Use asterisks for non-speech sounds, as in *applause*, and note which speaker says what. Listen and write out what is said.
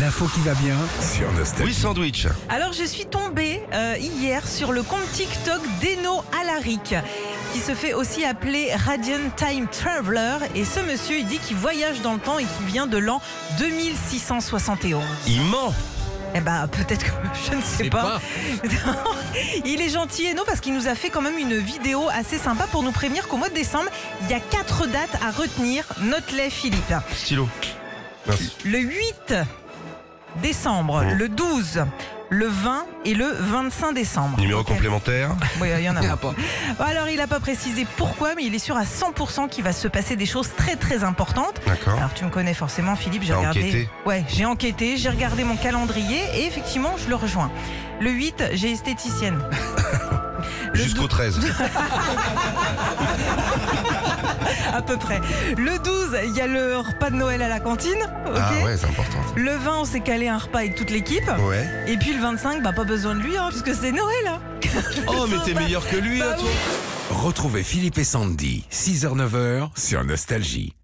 Speaker 1: l'info qui va bien.
Speaker 2: Sur Nostalgie.
Speaker 3: Oui, sandwich.
Speaker 4: Alors je suis tombée euh, hier sur le compte TikTok d'Eno Alaric, qui se fait aussi appeler Radiant Time Traveler. Et ce monsieur, il dit qu'il voyage dans le temps et qu'il vient de l'an 2671.
Speaker 3: Il ment.
Speaker 4: Eh ben peut-être que *laughs* je ne sais
Speaker 2: C'est
Speaker 4: pas. *laughs* il est gentil Eno parce qu'il nous a fait quand même une vidéo assez sympa pour nous prévenir qu'au mois de décembre, il y a quatre dates à retenir. Note-les Philippe.
Speaker 3: Stylo. Merci.
Speaker 4: le 8 décembre, le 12, le 20 et le 25 décembre.
Speaker 3: Numéro
Speaker 4: Ok.
Speaker 3: complémentaire.
Speaker 4: Oui, il
Speaker 3: *laughs*
Speaker 4: y en a.
Speaker 1: Il y en a pas.
Speaker 4: Alors, il n'a pas précisé pourquoi, mais il est sûr à 100% qu'il va se passer des choses très très importantes.
Speaker 3: D'accord.
Speaker 4: Alors, tu me connais forcément, Philippe, j'ai
Speaker 3: T'as
Speaker 4: regardé.
Speaker 3: enquêté
Speaker 4: Ouais, j'ai enquêté, j'ai regardé mon calendrier et effectivement, je le rejoins. Le 8, j'ai esthéticienne. *laughs* Le
Speaker 3: Jusqu'au *laughs* 13.
Speaker 4: à peu près. Le 12, il y a le repas de Noël à la cantine. ok
Speaker 3: Ah ouais, c'est important.
Speaker 4: Le 20, on s'est calé un repas avec toute l'équipe.
Speaker 3: Ouais.
Speaker 4: Et puis le 25, bah pas besoin de lui, hein, puisque c'est Noël. hein.
Speaker 3: Oh, mais t'es meilleur que lui,
Speaker 4: Bah
Speaker 3: hein,
Speaker 4: oui.
Speaker 3: toi.
Speaker 2: Retrouvez Philippe et Sandy, 6h-9h sur Nostalgie.